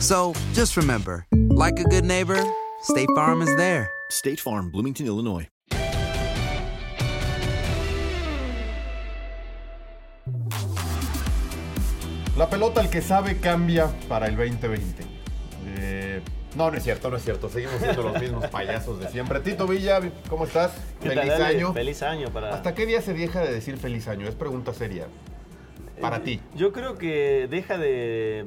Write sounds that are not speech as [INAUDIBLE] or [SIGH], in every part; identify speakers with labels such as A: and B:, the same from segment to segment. A: So just remember, like a good neighbor, State Farm is there.
B: State Farm, Bloomington, Illinois.
C: La pelota el que sabe cambia para el 2020. Eh, no, no es cierto, no es cierto. Seguimos siendo los mismos payasos de siempre. Tito Villa, ¿cómo estás?
D: ¿Qué
C: Feliz
D: tal, Ale?
C: año.
D: Feliz año para.
C: ¿Hasta qué día se deja de decir feliz año? Es pregunta seria. Para ti.
D: Yo creo que deja de.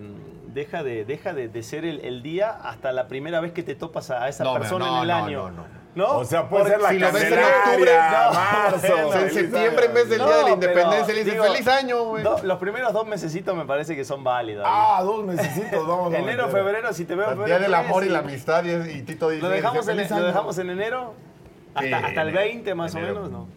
D: Deja de, deja de, de ser el, el día hasta la primera vez que te topas a esa
C: No,
D: persona
C: no,
D: en el
C: no,
D: año.
C: no, no.
E: O sea, puede
D: Porque
E: ser la
C: si lo ves en
E: Candelaria,
C: octubre,
D: [LAUGHS]
E: marzo.
C: O sea, en
E: Feliz
C: septiembre, en
E: año.
C: vez del día de la
D: No, pero,
C: independencia, le dicen
D: digo,
C: feliz año, güey.
D: do- los primeros dos mesecitos me parece que son válidos.
E: Ah, dos necesito, vamos. a
D: enero,
E: meter.
D: febrero, si te veo en
C: El
D: febrero.
C: día del
D: tres,
C: amor y
D: sí.
C: la amistad. Y, y Tito dice.
D: Lo dejamos, en,
C: feliz
D: lo
C: año.
D: dejamos en enero. Hasta,
C: Sí,
D: hasta el
C: enero.
D: 20 más
C: Enero.
D: o menos, ¿no?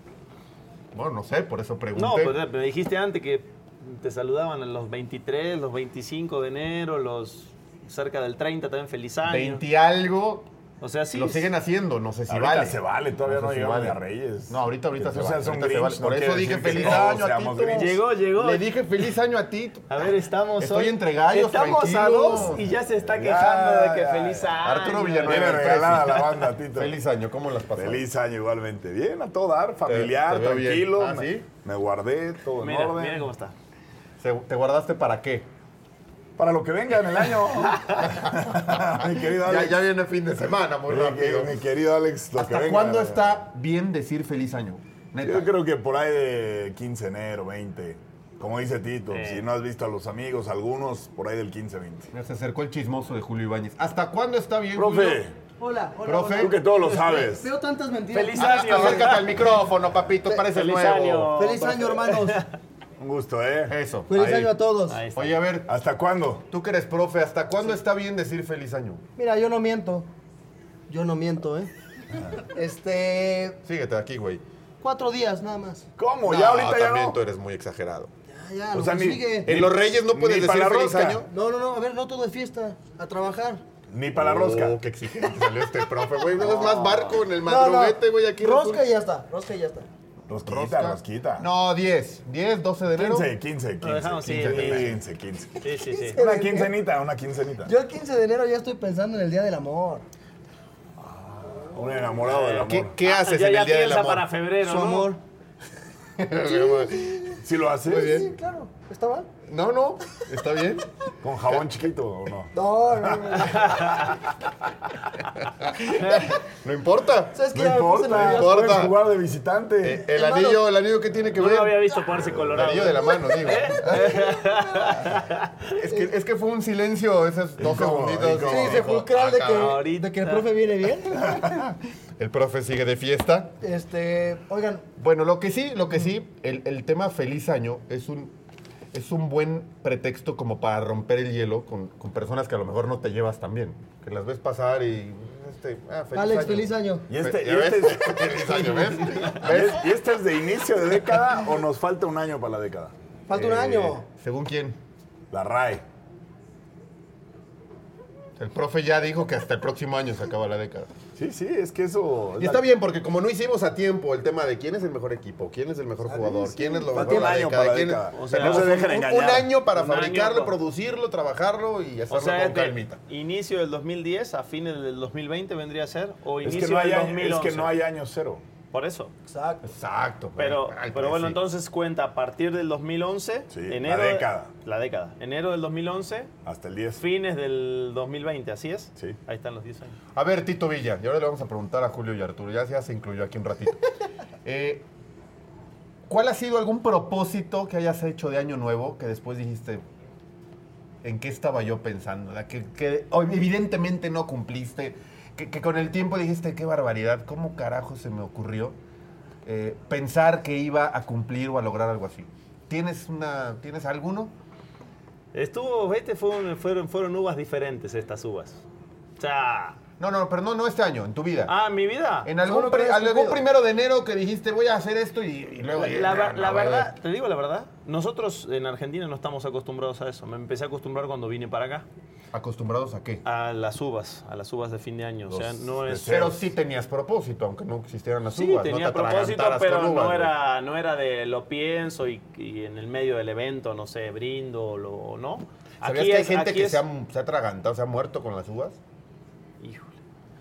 C: Bueno, no sé, por eso pregunté.
D: No, pero me dijiste antes que te saludaban a los 23, los 25 de enero, los cerca del 30 también feliz año.
C: 20 algo.
D: O sea, sí.
C: lo siguen haciendo, no sé si
E: Ahorita
C: vale.
E: se vale, todavía no
C: sé si
E: llegamos a Reyes.
C: No, ahorita, ahorita
E: Que
C: se
E: tú
C: vale.
E: seas un
C: ahorita se
E: Grinch
C: vale.
E: no
C: Por eso
E: quiere
C: dije
E: decir que
C: feliz
E: todos
C: año a
E: seamos
C: Tito.
E: Grinch.
D: Llegó, llegó.
C: Le dije feliz año a ti.
D: A ver, estamos
C: Estoy
D: hoy-
C: entre gallos,
D: Estamos a
C: tranquilo.
D: dos y ya se está quejando
E: Ya,
D: de que
E: ya,
D: feliz año.
C: Arturo Villanueva.
E: Viene
C: el
D: [LAUGHS]
E: regalada
C: presi.
E: la banda, Tito.
C: Feliz año, ¿cómo las pasaste?
E: Feliz año igualmente. Bien, a todo dar, familiar,
C: te veo bien.
E: tranquilo.
C: Ah,
E: me,
C: ¿sí?
E: me guardé, todo en
D: Mira,
E: orden.
D: mira cómo está.
C: Se- ¿Te guardaste para qué?
E: Para lo que venga en
D: [LAUGHS]
E: el año. mi querido
C: Ya,
E: Alex.
C: ya viene fin de semana, muy
E: mi,
C: rápido.
E: que- mi querido Alex, lo que
C: ¿Hasta
E: venga.
C: cuándo está bien decir feliz año? Neta.
E: Yo creo que por ahí de 15 de enero, 20. Como dice Tito,
D: Eh.
E: si no has visto a los amigos, algunos, por ahí del 15, 20.
C: Se acercó el chismoso de Julio Ibáñez. ¿Hasta cuándo está bien,
E: Profe,
C: Julio?
F: Hola, hola.
C: Profe.
E: tú que
C: [LAUGHS]
E: todo lo sabes.
F: Veo tantas mentiras.
D: Feliz
C: Ah,
D: año.
C: Acércate al micrófono, papito, parece
D: Feliz
C: nuevo.
D: año.
F: Feliz año, hermanos.
E: Un gusto, ¿eh?
C: Eso.
F: Feliz
C: ahí.
F: año a todos.
D: Ahí está.
C: Oye, a ver,
E: ¿Hasta cuándo?
C: tú que eres profe, ¿hasta cuándo está bien decir feliz año?
F: Mira, yo no miento. Yo no miento, ¿eh? Este.
C: Síguete aquí, güey.
F: Cuatro días nada más.
E: ¿Cómo?
C: No,
E: ya ahorita ya
C: también
E: no.
C: tú eres muy exagerado.
F: Ya, ya,
E: O
F: lo
E: sea,
F: que
E: ni-
F: sigue.
C: En Los Reyes no
E: Ni
C: puedes
E: pa'
C: decir
E: la
C: feliz
E: rosca.
C: año.
F: No, no, no, a ver, no todo es fiesta. A trabajar.
E: Ni para la rosca.
C: Oh, qué exigente salió este profe, güey. No es más barco en el madruguete, güey, aquí.
F: Rosca
C: resulta-
F: y ya está, rosca y ya está.
E: Rosquita, rosquita.
C: No, 10. 10, 12 de enero.
E: 15, 15, 15.
D: Lo dejamos, sí,
E: 15,
D: sí.
E: 15, 15.
D: Sí, sí, sí.
E: Una quincenita, una quincenita.
F: Yo el 15 de enero ya estoy pensando en el Día del Amor.
E: Un enamorado del amor. Ah,
C: ¿Qué, qué haces
D: ya
C: en
D: ya
C: el día del
D: piensa
C: amor?
D: para febrero,
F: Su
D: ¿no?
F: amor.
E: ¿Sí lo haces?
C: Muy bien.
F: Sí, claro. ¿Está mal?
C: No, no, está bien.
E: ¿Con jabón chiquito o no?
F: No, no, no.
C: No importa.
F: ¿Sabes qué?
E: No
F: Ya me puse
E: importa,
F: la-
C: no
E: ya
C: importa.
E: pueden jugar de visitante.
C: Eh, el anillo, el anillo que tiene que
D: No
C: ver.
D: lo había visto ponerse
C: el
D: colorado.
C: anillo de la mano, digo.
F: ¿Eh?
C: es, que, es que fue un silencio esos dos
E: Incómodo,
C: segunditos.
E: incómodo.
C: y
F: Sí,
C: dijo,
F: sepulcral de
C: "Ah, cabrón".
F: que, de que el profe viene bien.
C: El profe sigue de fiesta.
F: Este, oigan,
C: Bueno, lo que sí, lo que sí, el, el tema feliz año es un, es un buen pretexto como para romper el hielo con, con personas que a lo mejor no te llevas tan bien. Que las ves pasar y. este, ah, feliz
F: Alex,
C: año.
F: feliz año.
E: Y este, y
C: ¿Ya
E: este
C: ves?
E: es,
C: [LAUGHS] feliz año, ¿ves?
E: [LAUGHS] y es- y este es de inicio de década o nos falta un año para la década?
F: falta un
C: Eh,
F: año.
C: ¿Según quién?
E: La RAE.
C: El profe ya dijo que hasta el próximo año se acaba la década.
E: Sí, sí, es que eso.
C: Y está bien, porque como no hicimos a tiempo el tema de quién es el mejor equipo, quién es el mejor jugador, quién es lo mejor
E: Ah, Falta un
C: la
E: año
C: década,
E: para la
C: quién es-
E: década.
D: O sea,
C: tenemos
D: no se
E: dejen
C: un- un-
E: engañar.
C: Un año para
D: Un año,
C: fabricarlo,
D: pa-
C: producirlo, trabajarlo y hacerlo
D: O sea,
C: con
D: de
C: calmita.
D: inicio del 2010 a fines del 2020 vendría a ser, o
E: Es
D: inicio
E: que, no hay
D: del
E: año, es
D: 2011.
E: que no hay año cero.
D: Por eso.
F: Exacto.
C: Exacto. güey.
D: Pero,
C: Ay,
D: pero
C: pues
D: bueno,
C: sí.
D: entonces cuenta a partir del 2011,
E: Sí,
D: enero.
E: la década.
D: La década. Enero del 2011,
E: Hasta el 10.
D: fines del 2020, ¿así es?
E: Sí.
D: Ahí están los 10 años.
C: A ver, Tito Villa, y ahora le vamos a preguntar a Julio y a Arturo, ya, ya se incluyó aquí un ratito. Eh, ¿Cuál ha sido algún propósito que hayas hecho de año nuevo que después dijiste, ¿en qué estaba yo pensando? La Que, que hoy evidentemente no cumpliste, que, que con el tiempo dijiste, qué barbaridad, ¿cómo carajo se me ocurrió eh, pensar que iba a cumplir o a lograr algo así? ¿Tienes, una, ¿tienes alguno?
D: Estuvo, este fue un- fueron, fueron uvas diferentes estas uvas. O sea,
C: No, no, pero no, no este año, en tu vida.
D: ah, mi vida.
C: En algún,
F: Solo que
C: pri-
F: hayas
C: algún
F: cumplido.
C: primero de enero que dijiste voy a hacer esto y, y luego.
D: La,
C: y-
D: la-
C: no, no,
D: la
C: no,
D: verdad, te digo la verdad, nosotros en Argentina no estamos acostumbrados a eso. Me empecé a acostumbrar cuando vine para acá,
C: ¿Acostumbrados a qué?
D: a las uvas, a las uvas de fin de año. O sea,
C: Los
D: no es...
C: Pero sí tenías propósito, aunque no existieran las
D: Sí,
C: uvas.
D: tenía
C: no te
D: propósito,
C: atragantaras
D: pero
C: con uvas,
D: no,
C: güey.
D: era, no era de lo pienso y, y en el medio del evento, no sé, brindo o lo- o no.
C: ¿Sabías que hay
D: es-
C: gente
D: aquí
C: que
D: es-
C: se, ha, se ha atragantado, se ha muerto con las uvas?
D: Híjole.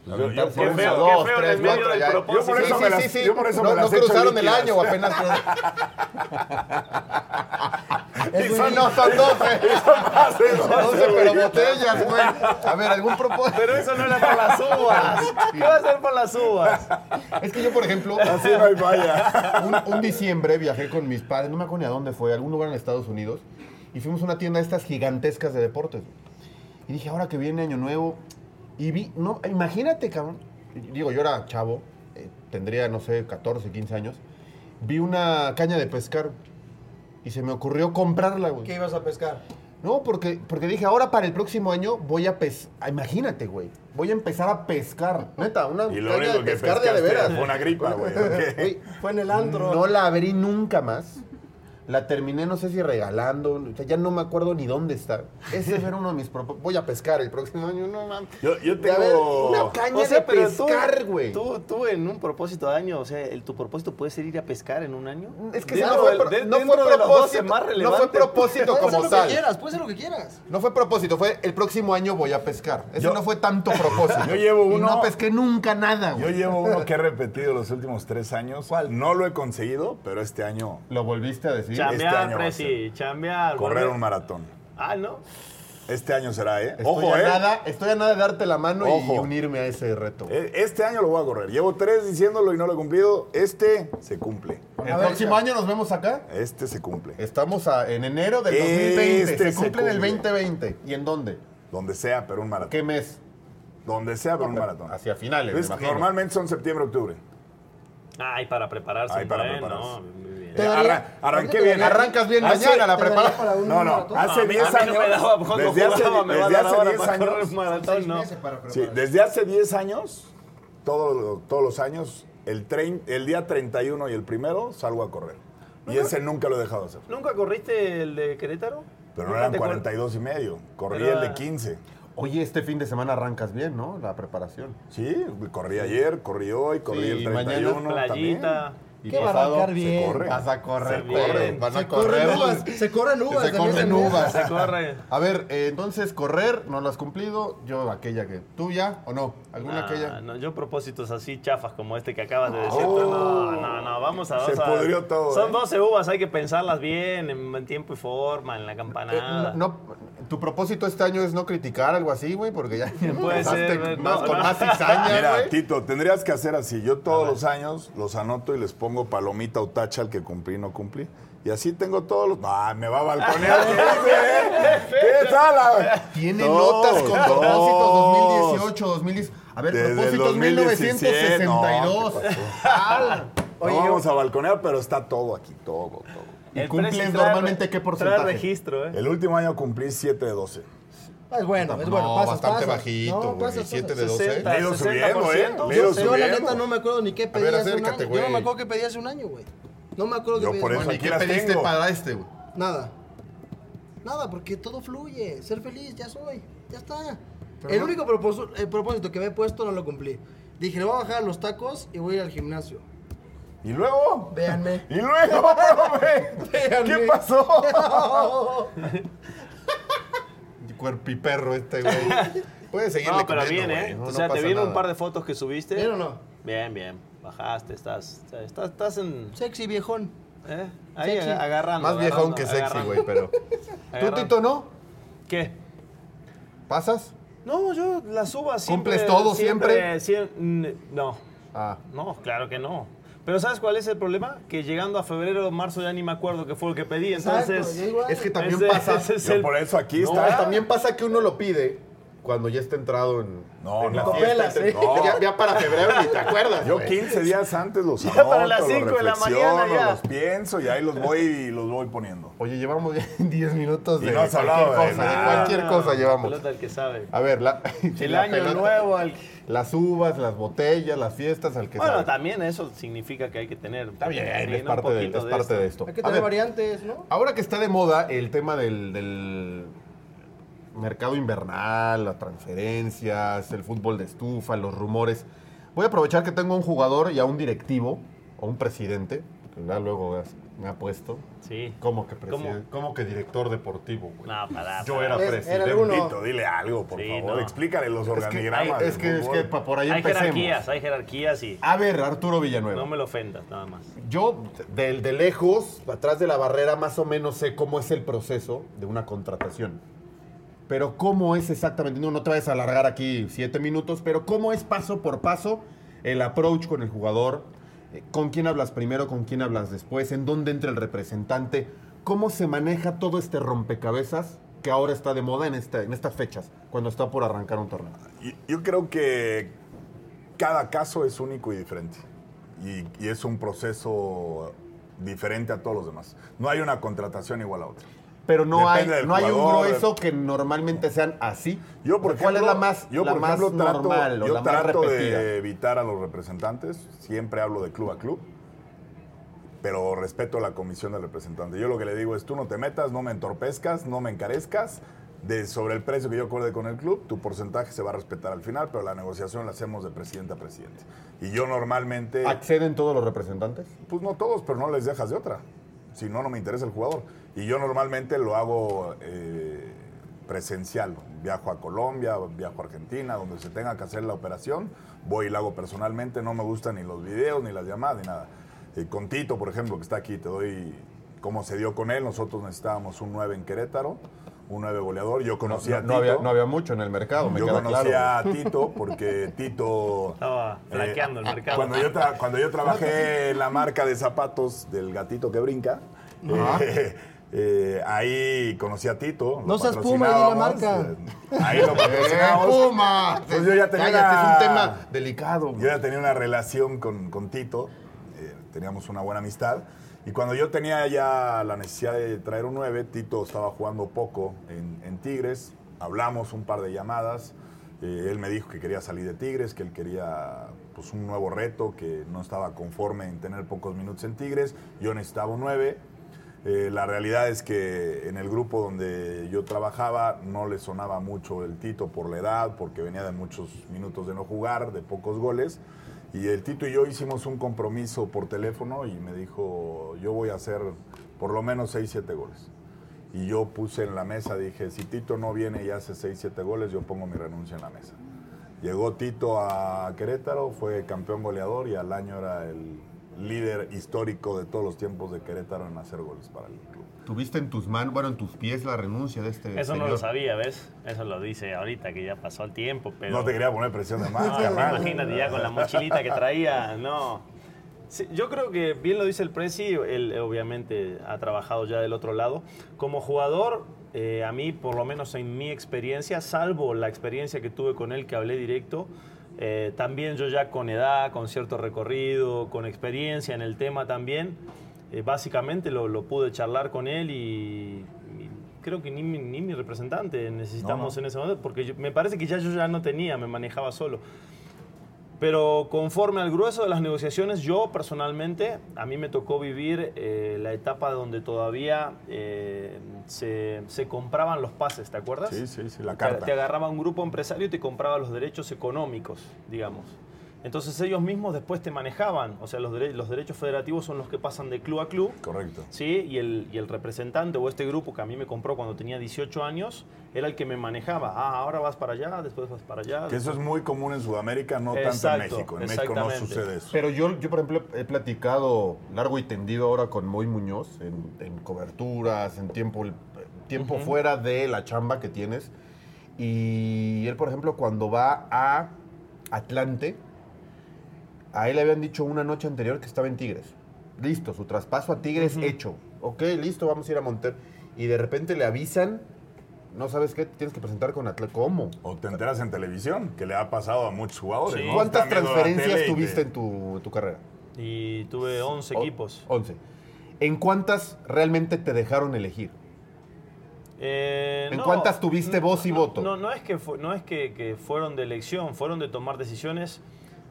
C: Aventarse
D: qué
C: una,
D: feo,
C: dos,
D: qué feo en
C: tres,
D: el medio
C: cuatro,
D: del
C: ya.
D: propósito.
C: Yo por eso
E: Sí,
C: me
E: sí,
C: las-
E: sí, sí.
C: yo por eso me
E: No-
C: las
E: no
C: he hecho
E: cruzaron el
C: líquidas.
E: año, o apenas
D: [LAUGHS]
C: Y son, no, son 12. Son 12, pero botellas, güey. A ver, algún propósito.
D: Pero eso no era por
C: [LAUGHS]
D: las
C: Ah,
D: uvas. ¿Qué va a hacer por las uvas?
C: Es que yo, por ejemplo,
E: Así no hay falla.
C: un, un diciembre viajé con mis padres, no me acuerdo ni a dónde fue, a algún lugar en Estados Unidos, y fuimos a una tienda de estas gigantescas de deportes. Y dije, ahora que viene Año Nuevo, y vi, no, imagínate, cabrón. Digo, yo era chavo, eh, tendría, no sé, 14, 15 años. Vi una caña de pescar y se me ocurrió comprarla, güey.
F: ¿Qué ibas a pescar?
C: No, porque, porque dije, ahora para el próximo año voy a pescar. Imagínate, güey. Voy a empezar a pescar. Neta, una
E: Y lo
C: caña
E: único
C: de
E: que
C: pescar de a de
E: pescaste
C: veras.
E: fue una gripa, güey. ¿o qué?
C: [LAUGHS] Güey,
F: Fue en el antro.
C: No la abrí nunca más. La terminé, no sé si regalando. o sea, ya no me acuerdo ni dónde está. Ese era uno de mis propósitos. Voy a pescar el próximo año. No mames.
E: Yo- yo
C: De a ver,
E: tengo-
C: Una caña
D: O sea,
C: de
D: pero
C: pescar,
D: tú-
C: güey.
D: Tú, tú en un propósito de año, o sea, el- tu propósito puede ser ir a pescar en un año.
C: Es que ese
D: Dentro
C: no fue,
D: del-
C: pro-
D: de-
C: no
D: dentro
C: fue
D: de los
C: propósito.
D: 12 más
C: no fue
D: relevantes.
C: propósito
F: Puedes hacer
C: como
F: lo
C: tal.
F: que quieras, puedes hacer lo que quieras.
C: No fue propósito, fue el próximo año voy a pescar. Ese
E: Yo-
C: no fue tanto
D: [LAUGHS]
C: propósito.
E: Yo llevo
C: Y
E: uno-
C: no pesqué nunca nada,
E: Yo
C: güey.
E: llevo uno que he repetido los últimos tres años. No lo he conseguido, pero este año
C: Lo volviste a decir.
E: Ya.
D: Chambear,
E: año va a
D: Preci, chambear.
E: correr
D: volver.
E: un maratón.
D: Ah, ¿no?
E: Este año será, ¿eh?
C: Estoy,
E: Ojo,
C: a
E: ¿eh?
C: nada, estoy a nada de darte la mano y-
E: Ojo.
C: y unirme a ese reto.
E: Eh, Este año lo voy a correr. Llevo tres diciéndolo y no lo he cumplido. Este se cumple.
C: El
D: eh,
C: próximo año nos vemos acá.
E: Este se cumple.
C: Estamos a- en enero del
E: Este
C: 2020.
E: se
C: se cumple en el
E: cumple.
C: 2020. ¿Y en dónde?
E: Donde sea, pero un maratón.
C: ¿Qué mes?
E: Donde sea, pero un maratón.
C: Hacia finales.
E: Es-
C: me imagino.
E: normalmente son septiembre, octubre.
D: Ay, para prepararse.
E: Ay, para
D: bueno,
E: prepararse.
D: muy bien.
F: Te daría-
E: Arran- arranqué
F: te
E: bien.
F: daría- Ah,
C: Arrancas bien
E: Hace-
C: mañana, la
F: te daría
C: preparas.
F: para un
E: No, no,
F: maratón.
D: A
E: hace
D: mí-
E: 10
D: a mí no
E: años.
D: me daba cuando
E: desde hace,
D: jugaba, me va a
E: desde
D: dar
E: hace
D: ahora
E: 10
D: para correr
E: años.
D: un maratón, no.
E: Sí, desde hace 10 años, todos, todos los años, el, trein- el día 31 y el primero salgo a correr. Y ese nunca lo he dejado de hacer.
D: ¿Nunca corriste el de Querétaro?
E: Pero no
D: ¿Nunca
E: eran
D: te cor-
E: 42 y medio. Corrí
D: Pero-
E: el de 15.
C: Oye, este fin de semana arrancas bien, ¿no? La preparación.
E: Sí, corrí ayer, corrí hoy, corrí
C: Sí,
E: el
C: mañana
E: 31
D: Playita.
E: también.
F: Que van a arrancar bien.
C: Vas a correr,
F: Se
C: güey,
F: corren,
C: Van
F: se
C: a
F: corren
C: correr.
F: uvas, se corren uvas
C: Se
F: de mes
C: corren
F: en mes.
C: uvas.
F: Se corre.
C: A ver, eh, entonces, correr, no lo has cumplido. Yo, aquella que. ¿Tú ya o no? ¿Alguna
E: Ah,
D: Nah,
C: aquella?
D: Ah, no, yo propósitos así chafas como este que acabas de
C: Oh.
D: decir. tú, No, no, no, vamos a...
C: Se
D: vamos a-
C: pudrió todo,
D: Son
C: ¿eh?
D: 12 uvas, hay que pensarlas bien, en, en tiempo y forma, en la campanada.
C: Eh, no, no, tu propósito este año es no criticar algo así, güey,
F: [LAUGHS]
C: porque ya
D: Puede
C: empezaste
D: ser,
C: con
D: no,
C: más, con
D: no.
C: más cizaña,
E: Mira,
C: güey.
E: Tito, tendrías que hacer así. Yo todos los años los anoto y les pongo palomita o tacha al que cumplí y no cumplí. Y así tengo todos los. ¡Ah, me va
D: [LAUGHS]
E: a balconear! ¿Qué dice, eh? ¿Qué tal? la-
C: Tiene
E: No,
C: notas con
E: no.
C: propósitos 2018, 2010. A ver,
E: Desde el
C: propósitos
E: 2017,
C: 1962.
E: no, ¿qué
F: [LAUGHS]
C: ¡Hala!
E: No vamos a balconear, pero está todo aquí, todo, todo.
C: ¿Y cumples normalmente qué porcentaje?
D: registro, ¿eh?
E: El último año cumplí 7 de 12.
C: Pues
F: Es bueno, es
C: No,
F: bueno. pasas,
C: bastante
F: pasas.
C: bajito,
F: No,
C: güey,
F: pasas,
C: 7 de
F: pasas.
C: 12.
D: 60,
E: Le he ido
D: 60%.
E: subiendo, ¿eh? Le he ido
F: Yo, yo, la
E: subiendo.
F: neta no me acuerdo ni qué pedí
C: ver,
F: hace un
C: acércate,
F: año. Yo no
C: güey.
F: me acuerdo qué pedí hace un año, güey. No me acuerdo qué
E: Yo
F: pedí
E: por
F: hace
E: eso
F: un
C: ¿Y
F: año.
E: aquí
C: qué
E: las
C: pediste
E: tengo.
C: para este, güey?
F: Nada. Nada, porque todo fluye. Ser feliz, ya soy. Ya está. Ah, el único propósito, el propósito que me he puesto no lo cumplí. Dije, le voy a bajar a los tacos y voy a ir al gimnasio.
E: Y luego.
F: Véanme.
E: Y luego, [LAUGHS] güey. ¿Qué
F: Véanme.
E: pasó?
C: [LAUGHS] Cuerpiperro este, güey. Puedes seguirle
D: No, pero
C: comiendo,
D: bien,
C: güey,
D: ¿eh?
C: no-
D: o
C: no
D: sea, te
C: pasa
D: vieron un
C: nada.
D: par de fotos que subiste.
F: ¿Bien o no?
D: Bien, bien. Bajaste, estás, estás, estás en...
F: Sexy, viejón.
D: ¿eh? Ahí
F: Sexy.
D: aga- agarrando.
C: Más viejón
D: agarrando,
C: que sexy,
D: agarrando.
C: güey,
D: [LAUGHS]
C: pero... ¿Tú,
D: Agarrando.
C: Tito, no?
D: ¿Qué?
C: ¿Pasas?
D: No, yo las uvas siempre...
C: ¿Cumples todo
D: siempre- mm, no,
C: Ah.
D: no, claro que no. Pero ¿sabes cuál es el problema? Que llegando a febrero o marzo ya ni me acuerdo qué fue lo que pedí,
F: Exacto,
D: entonces...
F: yo igual.
C: Es que también
D: ese-
C: pasa...
D: ese es
E: Yo
D: el-
E: por eso aquí
C: No,
E: está.
C: también pasa que uno lo pide cuando ya está entrado en...
E: No,
C: en
E: no.
C: la fiesta.
F: Copelas, ¿eh?
C: No, Ya, ya para febrero ni te acuerdas,
E: Yo
C: güey.
E: 15 días antes los
D: Ya
E: anoto,
D: para las
E: los
D: cinco de la
E: reflexiono,
D: mañana ya.
E: los pienso y ahí los voy los voy poniendo.
C: Oye, llevamos [LAUGHS] ya 10 minutos
E: Y
C: de
E: no has
C: cualquier
E: hablado de
C: cosa,
E: nada.
C: de cualquier
D: Ah,
C: cosa llevamos.
D: Pelota el que sabe.
C: A ver, la, [LAUGHS]
D: El
C: la
D: año
C: pelota-
D: nuevo, al-
C: Las uvas, las botellas, las fiestas, al que
D: Bueno,
C: sabe.
D: también eso significa que hay que tener.
C: Está bien,
D: sí,
C: es
D: ¿no? un
C: parte, de,
D: poquito
C: es parte de esto.
F: Hay que
C: A
F: tener
C: ver,
F: variantes, ¿no?
C: Ahora que está de moda el tema del, del mercado invernal, las transferencias, el fútbol de estufa, los rumores. Voy a aprovechar que tengo a un jugador y a un directivo, o un presidente, que ya luego es- me ha puesto.
D: Sí.
C: ¿Cómo que
D: ¿Cómo?
C: presidente? ¿Cómo? que director deportivo, güey?
D: No, para.
C: Yo
D: para.
C: era
F: Es- era
C: presidente.
F: alguno.
E: Tito, dile algo, por
D: Sí,
E: favor.
D: no.
E: Explícale
C: Es
E: los
C: que,
E: organigramas.
C: hay- es
E: del
C: que, es
E: fútbol.
C: que pa- por ahí
D: Hay
C: empecemos. Ah,
D: jerarquías, hay jerarquías y.
C: A ver, Arturo Villanueva.
D: No me lo ofendas, nada más.
C: Yo, de, de lejos, atrás de la barrera, más o menos sé cómo es el proceso de una contratación. Pero cómo es exactamente, no, no te vayas a alargar aquí siete minutos, pero cómo es paso por paso el approach con el jugador, eh, con quién hablas primero, con quién hablas después, en dónde entra el representante, cómo se maneja todo este rompecabezas que ahora está de moda en, esta- en estas fechas, cuando está por arrancar un torneo.
E: Y- Yo creo que cada caso es único y diferente. Y, y es un proceso diferente a todos los demás. No hay una contratación igual a otra.
C: Pero no, hay,
E: Depende del
C: no hay un
E: jugador,
C: grueso que normalmente sean así.
E: Yo, por
C: ¿Cuál es
E: ejemplo,
C: la más,
E: yo,
C: la
E: por
C: más
E: ejemplo, trato-
C: normal o
E: yo
C: la más
E: trato
C: repetida?
E: de evitar a los representantes. Siempre hablo de club a club. Pero respeto la comisión del representante. Yo lo que le digo es, tú no te metas, no me entorpezcas, no me encarezcas. De, sobre el precio que yo acorde con el club, tu porcentaje se va a respetar al final, pero la negociación la hacemos de presidente a presidente. Y yo normalmente...
C: ¿Acceden todos los representantes?
E: Pues no todos, pero no les dejas de otra. Si no, no me interesa el jugador. Y yo normalmente lo hago eh, presencial. Viajo a Colombia, viajo a Argentina, donde se tenga que hacer la operación. Voy y la hago personalmente. No me gustan ni los videos, ni las llamadas, ni nada. Eh, con Tito, por ejemplo, que está aquí, te doy cómo se dio con él. Nosotros necesitábamos un 9 en Querétaro, un 9 goleador. Yo
C: No,
E: conocía
C: no- no
E: a Tito.
C: había, no había mucho en el mercado, me
E: yo
C: queda
E: conocía
C: claro.
E: a Tito porque Tito eh, ah,
D: Estaba flaqueando el mercado.
E: cuando yo, tra- cuando yo trabajé en la marca de zapatos del gatito que brinca, eh, eh, ahí conocí a Tito. lo
F: No seas Puma, di la
E: patrocinábamos,
F: marca.
E: eh, Ahí
C: [LAUGHS]
E: lo [LAUGHS] patrocinábamos. Entonces yo ya tenía una-
C: Cállate, es un tema delicado.
E: yo ya tenía una relación con, con Tito, eh, teníamos una buena amistad. Y cuando yo tenía ya la necesidad de traer un 9, Tito estaba jugando poco en, en Tigres. Hablamos un par de llamadas. eh, él me dijo que quería salir de Tigres, que él quería pues, un nuevo reto, que no estaba conforme en tener pocos minutos en Tigres. Yo necesitaba un 9. Eh, la realidad es que en el grupo donde yo trabajaba no le sonaba mucho el Tito por la edad, porque venía de muchos minutos de no jugar, de pocos goles. Y el Tito y yo hicimos un compromiso por teléfono y me dijo, yo voy a hacer por lo menos 6, 7 goles. Y yo puse en la mesa, dije, si Tito no viene y hace 6, 7 goles, yo pongo mi renuncia en la mesa. Llegó Tito a Querétaro, fue campeón goleador y al año era el líder histórico de todos los tiempos de Querétaro en hacer goles para el club.
C: Tuviste en tus manos, bueno, en tus pies la renuncia de este.
D: Eso no
C: señor?
D: lo sabía, ¿ves? Eso lo dice ahorita que ya pasó el tiempo, pero...
E: No te quería poner presión de más,
D: No, Ah,
E: carnal.
D: imagínate ya con la mochilita que traía, no. Sí, yo creo que bien lo dice el Presi, él eh, obviamente ha trabajado ya del otro lado. Como jugador, eh, a mí, por lo menos en mi experiencia, salvo la experiencia que tuve con él que hablé directo, eh, también yo ya con edad, con cierto recorrido, con experiencia en el tema también, eh, básicamente lo, lo pude charlar con él y, y creo que ni, mi- ni mi representante necesitamos en ese momento, porque yo- me parece que ya yo ya no tenía, me manejaba solo. Pero conforme al grueso de las negociaciones, yo personalmente, a mí me tocó vivir eh, la etapa donde todavía eh, se, se compraban los pases, ¿te acuerdas?
E: Sí, sí, sí, la
D: Te-
E: carta.
D: Te agarraba un grupo empresario y te compraba los derechos económicos, digamos. Entonces ellos mismos después te manejaban, o sea, los, dere- los derechos federativos son los que pasan de club a club.
E: Correcto.
D: Sí, y el, y el representante o este grupo que a mí me compró cuando tenía 18 años era el que me manejaba. Ah, ahora vas para allá, después vas para allá.
E: Que eso es muy común en Sudamérica, no tanto en
D: Exacto,
E: México. En México no
D: exactamente.
E: sucede eso.
C: Pero yo, yo, por ejemplo, he platicado largo y tendido ahora con Moy Muñoz en, en coberturas, en tiempo, eh, tiempo
D: Ujú.
C: fuera de la chamba que tienes. Y él, por ejemplo, cuando va a Atlante, a él le habían dicho una noche anterior que estaba en Tigres. Listo, su traspaso a Tigres hecho. Ok, listo, vamos a ir a Monter. Y de repente le avisan, no sabes qué, te tienes que presentar con Atlante. ¿Cómo?
E: O te enteras en televisión, que le ha pasado a muchos jugadores.
D: Sí.
E: ¿no?
C: ¿Cuántas
E: Están viendo la
C: transferencias
E: tele y te-
C: tuviste en tu- tu carrera?
D: Y tuve 11
C: O-
D: equipos.
C: 11. ¿En cuántas realmente te dejaron elegir?
D: Eh,
C: ¿En
D: no,
C: cuántas tuviste voz y voto?
D: No, no es, que, fue- no es que, que fueron de elección, fueron de tomar decisiones.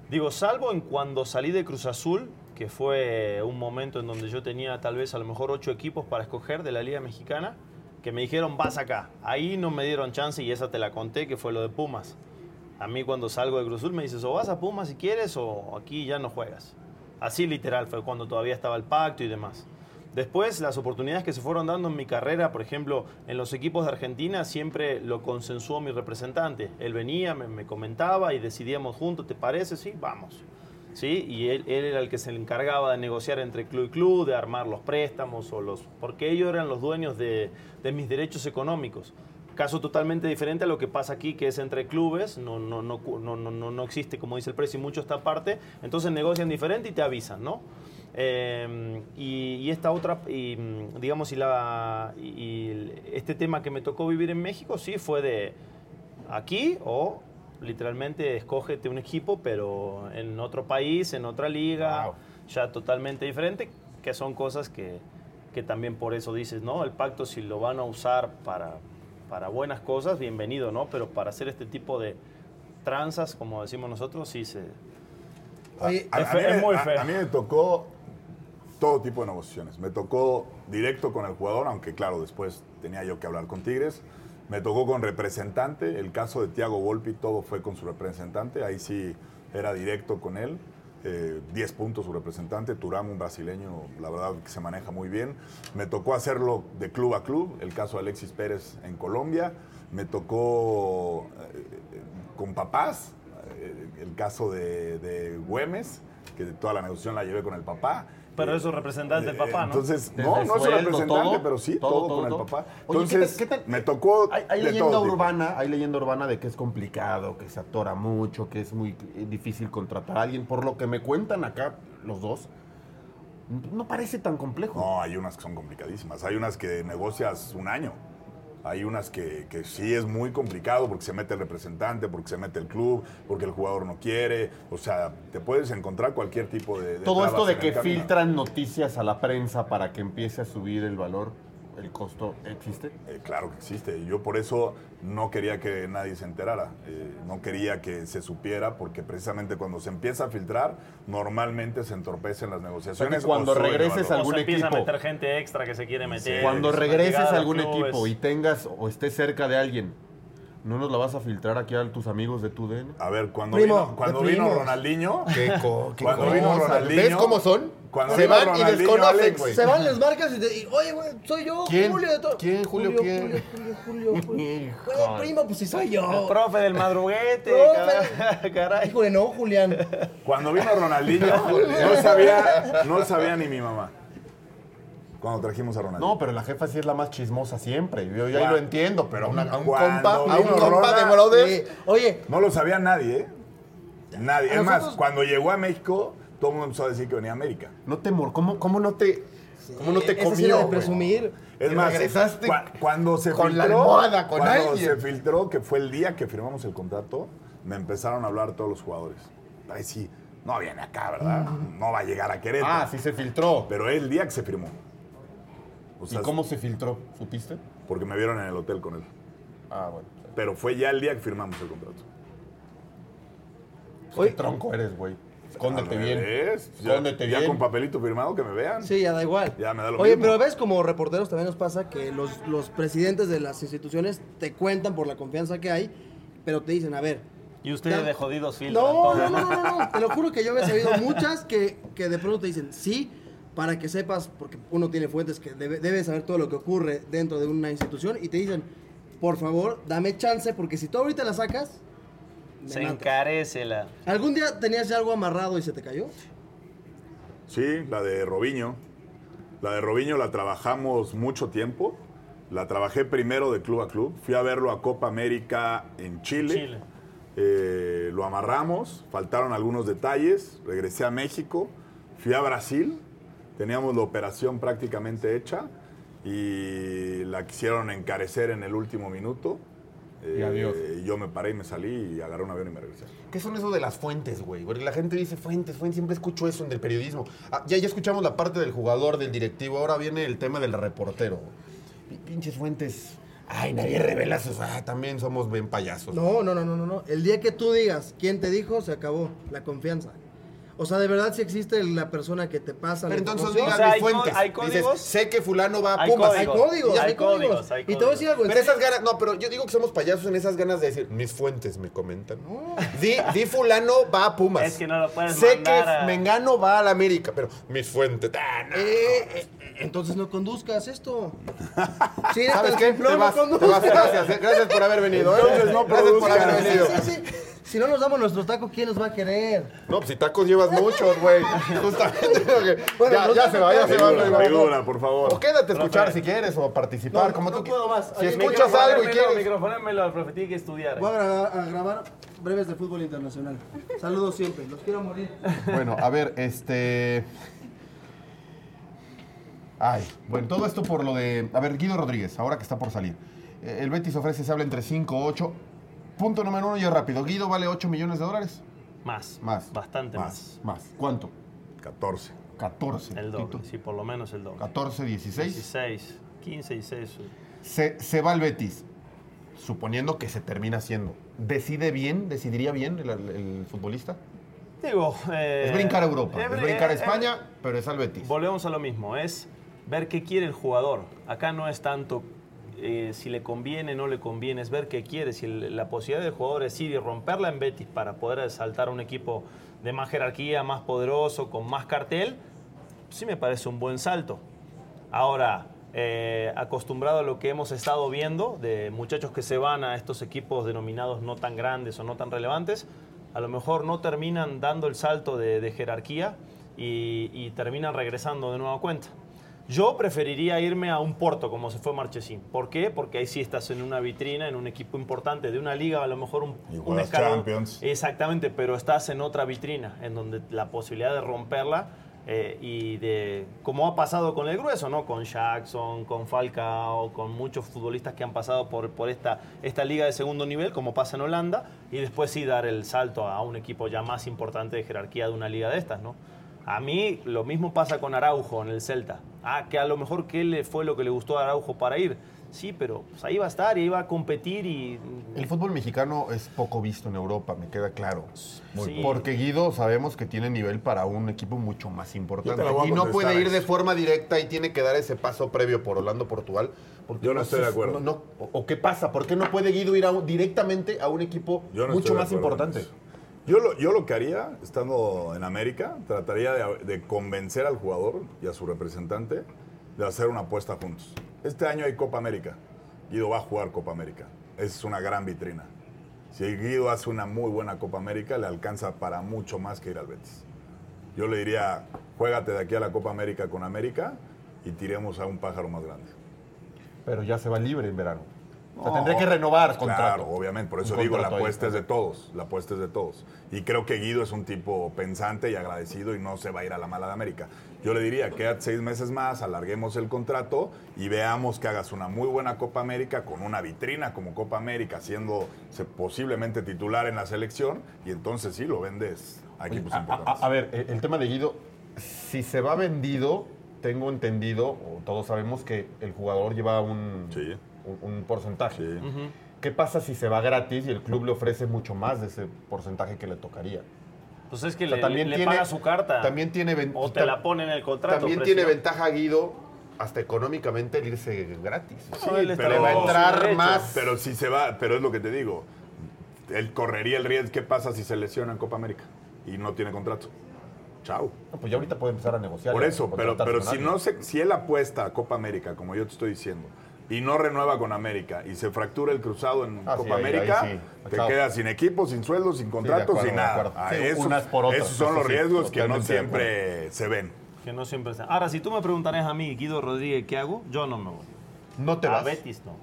D: Digo, salvo en cuando salí de Cruz Azul, que fue un momento en donde yo tenía tal vez a lo mejor ocho equipos para escoger de la Liga Mexicana, que me dijeron, vas acá. Ahí no me dieron chance y esa te la conté, que fue lo de Pumas. A mí cuando salgo de Cruz Azul me dices, o vas a Pumas si quieres, o aquí ya no juegas. Así literal, fue cuando todavía estaba el pacto y demás. Después, las oportunidades que se fueron dando en mi carrera, por ejemplo, en los equipos de Argentina, siempre lo consensuó mi representante. Él venía, me, me comentaba y decidíamos juntos, ¿te parece? Sí, vamos. ¿Sí? Y él, él era el que se encargaba de negociar entre club y club, de armar los préstamos o los... Porque ellos eran los dueños de, de mis derechos económicos. Caso totalmente diferente a lo que pasa aquí, que es entre clubes, no, no, no, cu- no, no, no, no existe, como dice el precio, y mucho esta parte, entonces negocian diferente y te avisan, ¿no? Eh, y, y esta otra, y, mm, digamos, y, la, y- y el- este tema que me tocó vivir en México, sí, fue de aquí o literalmente escógete un equipo, pero en otro país, en otra liga, ya totalmente diferente, que son cosas que, que también por eso dices, ¿no? El pacto si lo van a usar para, para buenas cosas, bienvenido, ¿no? Pero para hacer este tipo de tranzas, como decimos nosotros, sí se...
F: Oye,
E: A, a
D: Es fe-
E: mí
D: es
E: me-
D: muy
E: a-
D: feo.
E: a mí me tocó todo tipo de negociaciones. Me tocó directo con el jugador, aunque claro, después tenía yo que hablar con Tigres. Me tocó con representante. El caso de Tiago Volpi, todo fue con su representante. Ahí sí era directo con él. Eh, 10 puntos su representante, Turam, un brasileño, la verdad que se maneja muy bien. Me tocó hacerlo de club a club, el caso de Alexis Pérez en Colombia. Me tocó eh, eh, con papás, eh, el caso de, de Güemes, que toda la negociación la llevé con el papá.
D: Pero
E: Eh,
D: eso es representante del papá, ¿no?
E: Entonces,
C: Desde
E: no, no es
C: sueldo,
E: un representante,
C: todo,
E: pero sí,
C: todo,
E: todo,
C: todo,
E: con
C: todo.
E: el papá.
C: Oye, ¿qué tal-
E: Entonces,
C: qué tal-
E: me tocó.
C: Hay, hay
E: de
C: leyenda
E: todo tipo.
C: urbana, hay leyenda urbana de que es complicado, que se atora mucho, que es muy eh, difícil contratar a alguien. Por lo que me cuentan acá los dos, no parece tan complejo.
E: No, hay unas que son complicadísimas. Hay unas que negocias un año. Hay unas que, que sí es muy complicado porque se mete el representante, porque se mete el club, porque el jugador no quiere. O sea, te puedes encontrar cualquier tipo de.
C: Todo esto
E: trabas
C: de
E: en
C: que
E: el camino.
C: filtran noticias a la prensa para que empiece a subir el valor, el costo, ¿existe?
E: Eh, claro que existe. Yo por eso no quería que nadie se enterara. Eh, no quería que se supiera porque precisamente cuando se empieza a filtrar, normalmente se entorpecen las negociaciones.
C: O sea, que cuando
E: sube el
C: regreses
E: valor.
C: al-
D: O
C: algún
D: se empieza a
C: equipo.
D: meter gente extra que se quiere meter.
C: Cuando
D: que se
C: regreses
D: llegada
C: a algún
D: clubes.
C: equipo y tengas o estés cerca de alguien ¿No nos la vas a filtrar aquí a tus amigos de tu DN?
E: A ver, cuando Primo, vino- cuando de vino primos. Ronaldinho- Qué co- qué Cuando vino cosa. Ronaldinho-
C: ¿Ves cómo son?
E: Cuando
C: se
E: vino
C: van y
E: Ronaldinho,
C: desconocen,
E: Alex,
C: güey.
F: Se van, les marcas y te y, oye, güey, soy yo,
C: ¿Quién?
F: Julio de todo.
C: ¿Quién, Julio, quién?
F: Julio, Julio, Julio,
C: [LAUGHS]
F: Julio. Güey, primo, pues si soy yo.
D: El profe del madruguete,
C: [LAUGHS]
F: Profe.
D: caray.
F: Híjole, no, Julián.
E: Cuando vino Ronaldinho, no sabía, no sabía ni mi mamá. Cuando trajimos a Ronaldinho.
C: No, pero la jefa sí es la más chismosa siempre. Yo ya
E: Cuando-
C: lo entiendo, pero a, una- a un
E: cuando
C: compa, a un
E: vino
C: compa de
E: Ronald-
C: brothers.
F: Eh, Oye.
E: No lo sabía nadie, ¿eh? Nadie.
C: A
E: Es más,
C: nosotros-
E: cuando llegó a México, todo el mundo empezó a decir que venía a América.
C: No te mor, ¿cómo, cómo no te, cómo no te
F: Ese
C: comió?
F: sí era de
C: güey?
F: presumir.
E: Es
C: Y
E: más,
C: regresaste
E: cua- cuando se
C: con la
E: filtró,
C: almohada, con
E: cuando
C: alguien.
E: se filtró que fue el día que firmamos el contrato, me empezaron a hablar todos los jugadores. Ay, sí, no viene acá, ¿verdad?
F: Mm.
E: No va a llegar a Querétaro.
C: Ah, sí se filtró.
E: Pero es el día que se firmó. O
C: ¿Y
E: sea,
C: cómo se filtró? ¿Supiste?
E: Porque me vieron en el hotel con él.
C: Ah, bueno.
E: Pero fue ya el día que firmamos el contrato.
C: Qué tronco eres, güey. Escóndete
E: Al
C: bien.
E: revés, ya-
C: Escóndete
E: ya
C: bien.
E: con papelito firmado que me vean.
F: Sí, ya da igual.
E: Ya me da lo
F: Oye,
E: mismo.
F: pero
E: [LAUGHS]
F: ves, como reporteros también nos pasa que los, los presidentes de las instituciones te cuentan por la confianza que hay, pero te dicen, a ver.
D: Y ustedes
F: Ya-
D: de jodidos filtran
F: No,
D: todo.
F: no, no, no, no, te lo juro que yo me he sabido muchas que, que de pronto te dicen sí para que sepas, porque uno tiene fuentes que debe, debe saber todo lo que ocurre dentro de una institución y te dicen, por favor, dame chance, porque si tú ahorita la sacas, me
D: Se
F: matas".
D: encarece la.
F: ¿Algún día tenías ya algo amarrado y se te cayó?
E: Sí, la de Robinho. La de Robinho la trabajamos mucho tiempo. La trabajé primero de club a club. Fui a verlo a Copa América en Chile.
D: Chile.
E: Eh, lo amarramos, faltaron algunos detalles. Regresé a México, fui a Brasil. Teníamos la operación prácticamente hecha y la quisieron encarecer en el último minuto. Eh,
C: Y adiós.
E: Yo me paré y me salí y agarré un avión y me regresé.
C: ¿Qué son eso de las fuentes, güey? Porque la gente dice fuentes, fuentes, siempre escucho eso en el periodismo. Ah, ya, ya escuchamos la parte del jugador, del directivo, ahora viene el tema del reportero. P- Pinches fuentes. Ay, nadie revela sus. Ah, también somos bien payasos.
F: No, no, no, no, no, no. El día que tú digas quién te dijo, se acabó la confianza. O sea, de verdad si existe la persona que te pasa la
C: Pero entonces
F: información.
C: diga
D: O sea,
C: mis
D: hay co-
C: fuentes.
D: hay
C: Dices,
D: códigos.
C: sé que fulano va a
D: Hay
C: Pumas.
F: hay
D: códigos,
F: códigos,
D: hay
F: hay códigos.
D: códigos, hay
F: Y te voy a decir algo. en
C: Pero esas
F: serio.
C: ganas, no, pero yo digo que somos payasos en esas ganas de decir, mis fuentes me comentan. Di, di fulano va a Pumas.
D: Es que no lo puedes
C: Sé que
D: mandar a-
C: Mengano va a la América, pero mis fuentes. ah, no.
F: Eh, eh, entonces no conduzcas esto. Sí, neta,
C: [LAUGHS] ¿Sabes qué?
F: No,
C: te
F: no
C: vas, te
F: conduzcas.
C: vas, gracias, eh, gracias por haber venido. ¿eh?
E: Entonces no
C: gracias por
E: produzcas.
C: haber venido.
F: Sí, sí, sí. Si no nos damos nuestros tacos, ¿quién nos va a querer?
C: No, pues si tacos llevas muchos,
F: [LAUGHS]
C: güey. Justamente. [LAUGHS] porque
F: Bueno,
C: ya,
F: los
C: ya
F: tacos
C: se va, ya se va.
E: Figura,
C: Rey,
E: figura, por favor.
C: O quédate a escuchar si quieres o a participar,
F: No,
C: como
F: no
C: tú
F: puedo
C: quieras.
F: más.
C: Si
F: Oye,
C: escuchas algo y
D: Microfonémelo,
C: quieres.
D: microfonémelo, al profe, tiene que estudiar.
F: Voy a grabar, a grabar breves de fútbol internacional. Saludos siempre, los quiero morir.
C: Bueno, a ver, este. Ay, bueno, todo esto por lo de. A ver, Guido Rodríguez, ahora que está por salir. Eh, El Betis ofrece, se habla entre 5 8. Punto número uno, y es rápido. Guido vale 8 millones de dólares.
D: Más.
C: Más.
D: Bastante más.
C: Más. ¿Cuánto?
E: 14.
C: 14.
D: El doble,
C: Tito.
D: sí, por lo menos el doble.
C: 14, 16.
D: 16, 15, 16.
C: Se, se va al Betis, suponiendo que se termina haciendo. ¿Decide bien? ¿Decidiría bien el, el futbolista?
D: Digo, eh,
C: es brincar a Europa,
D: eh,
C: es brincar a
D: eh,
C: España, pero es al Betis.
D: Volvemos a lo mismo, es ver qué quiere el jugador. Acá no es tanto eh, si le conviene, no le conviene, es ver qué quiere. Si el- la posibilidad del jugador es ir y romperla en Betis para poder saltar a un equipo de más jerarquía, más poderoso, con más cartel, sí me parece un buen salto. Ahora, eh, acostumbrado a lo que hemos estado viendo de muchachos que se van a estos equipos denominados no tan grandes o no tan relevantes, a lo mejor no terminan dando el salto de, de jerarquía y, y terminan regresando de nueva cuenta. Yo preferiría irme a un Porto como se fue Marchesín. ¿Por qué? Porque ahí sí estás en una vitrina, en un equipo importante de una liga, a lo mejor un,
E: Y
D: un
E: juegas
D: escalón-
E: Champions.
D: Exactamente, pero estás en otra vitrina, en donde la posibilidad de romperla eh, y de, como ha pasado con el grueso, ¿no? Con Jackson, con Falcao, con muchos futbolistas que han pasado por, por esta, esta liga de segundo nivel, como pasa en Holanda, y después sí dar el salto a un equipo ya más importante de jerarquía de una liga de estas, ¿no? A mí lo mismo pasa con Araujo en el Celta. Ah, que a lo mejor qué le fue lo que le gustó a Araujo para ir. Sí, pero pues, ahí va a estar y ahí va a competir y
C: El fútbol mexicano es poco visto en Europa, me queda claro.
D: Muy Sí. poco.
C: Porque Guido sabemos que tiene nivel para un equipo mucho más importante.
E: Yo te la voy a
C: Y no puede
E: contestar
C: ir de
E: eso.
C: forma directa y tiene que dar ese paso previo por Orlando, Portugal. porque
E: Yo no estoy de
C: sé-
E: acuerdo.
C: no- o- ¿O qué pasa? ¿Por qué no puede Guido ir a un- directamente a un equipo
E: Yo no
C: mucho
E: estoy de
C: más
E: acuerdo con
C: importante?
E: eso. Yo lo, yo lo que haría, estando en América, trataría de, de convencer al jugador y a su representante de hacer una apuesta juntos. Este año hay Copa América. Guido va a jugar Copa América. Es una gran vitrina. Si Guido hace una muy buena Copa América, le alcanza para mucho más que ir al Betis. Yo le diría, juégate de aquí a la Copa América con América y tiremos a un pájaro más grande.
C: Pero ya se va libre en verano. O sea,
E: No,
C: tendría que renovar contrato.
E: Claro, obviamente. Por
C: Un
E: eso digo, la
C: contrato ahí.
E: apuesta es de todos. La apuesta es de todos. Y creo que Guido es un tipo pensante y agradecido y no se va a ir a la mala de América. Yo le diría, quédate seis meses más, alarguemos el contrato y veamos que hagas una muy buena Copa América con una vitrina como Copa América, siendo se- posiblemente titular en la selección. Y entonces sí, lo vendes a equipos
C: A,
E: importantes.
C: a- a ver, e, el, el tema de Guido, si se va vendido, tengo entendido, o todos sabemos que el jugador lleva un,
E: Sí.
C: un, un porcentaje.
E: Sí.
C: ¿Qué pasa si se va gratis y el club le ofrece mucho más de ese porcentaje que le tocaría?
D: Pues es que
C: O sea,
D: le,
C: también
D: le
C: tiene-
D: paga su carta.
C: También tiene ven-
D: o te
C: tam-
D: la pone en el contrato.
C: También
D: precio.
C: tiene ventaja Guido, hasta económicamente, el irse gratis.
D: Sí, él está
C: le va a
D: en su
C: entrar
D: derecho.
C: más.
E: Pero si se va, pero es lo que te digo. Él correría el riesgo. ¿Qué pasa si se lesiona en Copa América y no tiene contrato? Chao.
C: No, pues ya ahorita puede empezar a negociar.
E: Por
C: y a
E: eso, pero,
C: contratar
E: pero
C: con
E: si,
C: alguien.
E: no se- si él apuesta a Copa América, como yo te estoy diciendo, y no renueva con América y se fractura el cruzado en
C: Ah, sí,
E: Copa
C: ahí- ahí
E: América,
C: sí.
E: te
C: Chao.
E: quedas sin equipo, sin sueldo, sin contrato,
C: acuerdo,
E: sin
C: de
E: nada.
C: acuerdo.
E: Ah,
C: Sí,
E: esos,
C: unas por otras,
E: esos son
C: eso
E: los
C: sí,
E: riesgos que no
C: totalmente de acuerdo.
E: siempre se ven.
D: Que no siempre está. Ahora, si tú me preguntarías a mí, Guido Rodríguez, ¿qué hago? Yo no me voy.
C: No te
D: a
C: vas.
D: Betis no.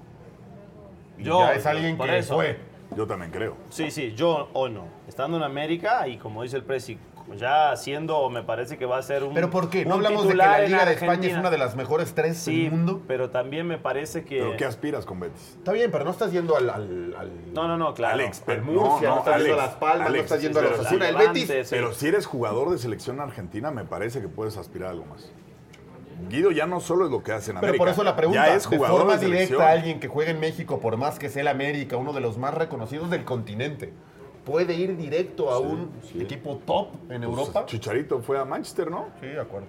C: Y ya es alguien
D: por
C: que
D: eso.
C: fue.
E: Yo también creo.
D: Sí, sí, yo o no. Estando en América y como dice el Presi, ya siendo, me parece que va a ser un.
C: Pero ¿por qué? ¿No
D: un
C: hablamos de que
D: titular
C: la
D: en
C: Liga de España es
D: Argentina?
C: una de las mejores tres
D: Sí,
C: del mundo?
D: pero también me parece que.
E: ¿Pero qué aspiras con Betis?
C: Está bien, pero no estás yendo al. al, al-
D: No, no, no, claro.
E: Alex,
C: al
E: pero-
C: Murcia, no,
E: no, no,
C: estás yendo a
E: Alex,
C: Las Palmas, no
E: Alex,
C: estás yendo a
E: pero
C: los Asuna. El
D: Levante,
C: Betis.
D: sí.
E: Pero si eres jugador de selección argentina, me parece que puedes aspirar a algo más. Guido ya no solo es lo que hace en
C: Pero
E: América.
C: por eso la pregunta,
E: ya es jugador
C: de forma
E: de
C: directa
E: selección.
C: a alguien que juegue en México, por más que sea el América, uno de los más reconocidos del continente, ¿puede ir directo a un equipo top en
E: Pues,
C: Europa?
E: Chicharito fue a Manchester, ¿no?
C: Sí, de acuerdo.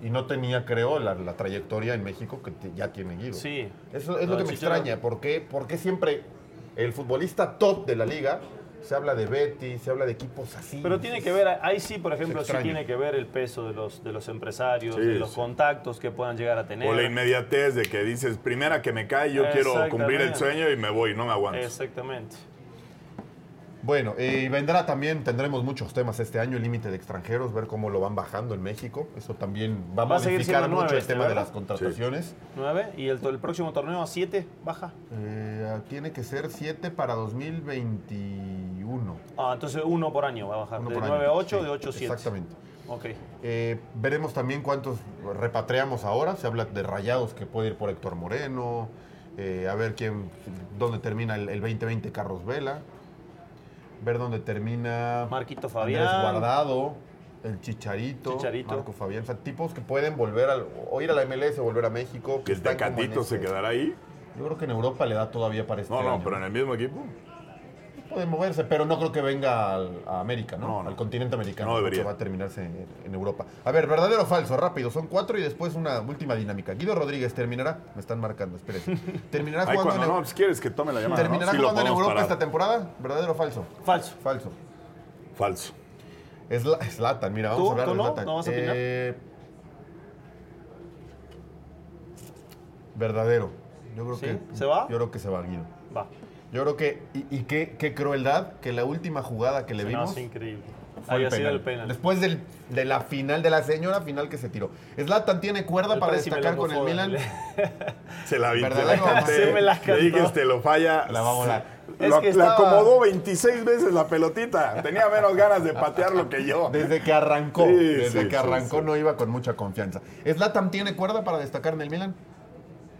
C: Y no tenía, creo, la, la trayectoria en México que te- ya tiene Guido.
D: Sí.
C: Eso es
D: No,
C: lo que me
D: Chicharo-
C: extraña. ¿Por qué? ¿Por qué siempre el futbolista top de la liga se habla de Betis, se habla de equipos así?
D: Pero tiene que ver, ahí sí, por ejemplo, sí
C: extraña.
D: tiene que ver el peso de los, de los empresarios,
E: Sí,
D: de los
E: sí.
D: contactos que puedan llegar a tener.
E: O la inmediatez de que dices, primera que me cae, yo quiero cumplir el
D: Exactamente.
E: sueño y me voy, no me aguanto.
D: Exactamente.
C: Bueno, eh, y vendrá también, tendremos muchos temas este año, el límite de extranjeros, ver cómo lo van bajando en México. Eso también va a
D: Va a seguir
C: modificar
D: siendo
C: mucho
D: nueve
C: el
D: este,
C: tema de
D: ¿verdad?
C: las contrataciones.
D: ¿Nueve? ¿Y el, el próximo torneo a siete? ¿Baja?
C: Eh, tiene que ser 7 para 2021.
D: Ah, entonces uno por año va a bajar.
C: Uno
D: de
C: por año.
D: 9 a 8,
C: Sí,
D: de 8 a 7.
C: Exactamente.
D: Ok.
C: Eh, veremos también cuántos repatriamos ahora. Se habla de rayados que puede ir por Héctor Moreno. eh, a ver quién, dónde termina el, el 2020 Carlos Vela. Ver dónde termina
D: Marquito
C: Andrés
D: Fabián.
C: Guardado, el Chicharito,
D: Chicharito.
C: Marco Fabián. O sea, tipos que pueden volver al, o ir a la MLS o volver a México.
E: Que
C: que
E: el
C: están como en
E: Tecatito se
C: ese-
E: quedará ahí.
C: Yo creo que en Europa le da todavía para este
E: No, no,
C: año.
E: pero en el mismo equipo.
C: Puede moverse, pero no creo que venga al- a América, ¿no?
E: No, no.
C: Al continente americano.
E: No debería.
C: Que va a terminarse en, en Europa. A ver, verdadero o falso, rápido. Son cuatro y después una última dinámica. Guido Rodríguez terminará. Me están marcando,
E: [LAUGHS]
C: espérense. ¿Terminará
E: Ahí
C: jugando,
E: cuando
C: en,
E: no, pues quieres que tome la llamada. ¿no?
C: ¿terminará
E: Sí lo
C: jugando en
E: podemos
C: Europa
E: parar.
C: esta temporada? ¿Verdadero o falso?
D: Falso.
C: Falso.
E: Falso.
C: Zla- Zlatan, mira, vamos
D: ¿Tú?
C: a hablar
D: ¿Tú
C: de
D: no?
C: Zlatan.
D: ¿No vas a opinar?
C: Eh, verdadero. Yo creo
D: ¿Sí?
C: que.
D: ¿Se va?
C: Yo creo que se va, Guido.
D: Va.
C: Yo creo que. Y, y qué, qué crueldad que la última jugada que le
D: No,
C: vimos.
D: es increíble.
C: Fue
D: Había
C: el
D: sido
C: penal.
D: el penal.
C: Después del- de la final, de la señora final que se tiró. Zlatan tiene cuerda
D: El
C: para
D: Presi me
C: destacar
D: lo
C: con el
D: mojó,
C: Milan.
D: [LAUGHS] dale.
E: Se la vi.
C: ¿Verdad?
E: te la
C: Sí,
E: canté,
D: me la
E: Le dije,
D: cantó.
E: este lo falla.
C: La va a volar.
E: Lo-
D: Es que
E: la
D: estaba-
E: acomodó 26 veces la pelotita. Tenía menos ganas de patearlo que yo.
C: Desde que arrancó,
E: Sí,
C: desde
E: sí,
C: que
E: sí,
C: arrancó
E: sí.
C: no iba con mucha confianza. ¿Zlatan tiene cuerda para destacar en el Milan?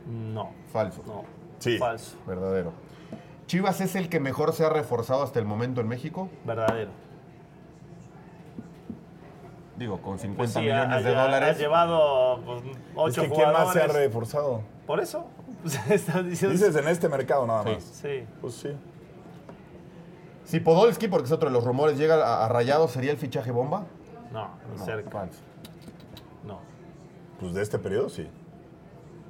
D: No.
C: Falso.
D: No.
E: Sí.
D: Falso.
C: Verdadero. ¿Chivas es el que mejor se ha reforzado hasta el momento en México?
D: Verdadero.
C: Digo, con 50
D: Pues sí, ha-
C: millones de
D: ha- ha-
C: dólares.
D: Ha llevado pues,
E: Es
D: ocho
E: que ¿quién más
D: jugadores.
E: se ha reforzado?
D: Por eso. [LAUGHS] Estás diciendo.
E: Dices en este mercado nada
C: Sí.
E: más.
D: Sí.
E: Pues sí.
C: Si Podolski, porque es otro de los rumores, llega a, a Rayados, ¿sería el fichaje bomba?
D: No, ni
C: No,
D: cerca.
C: falso.
D: No.
E: Pues de este periodo, sí.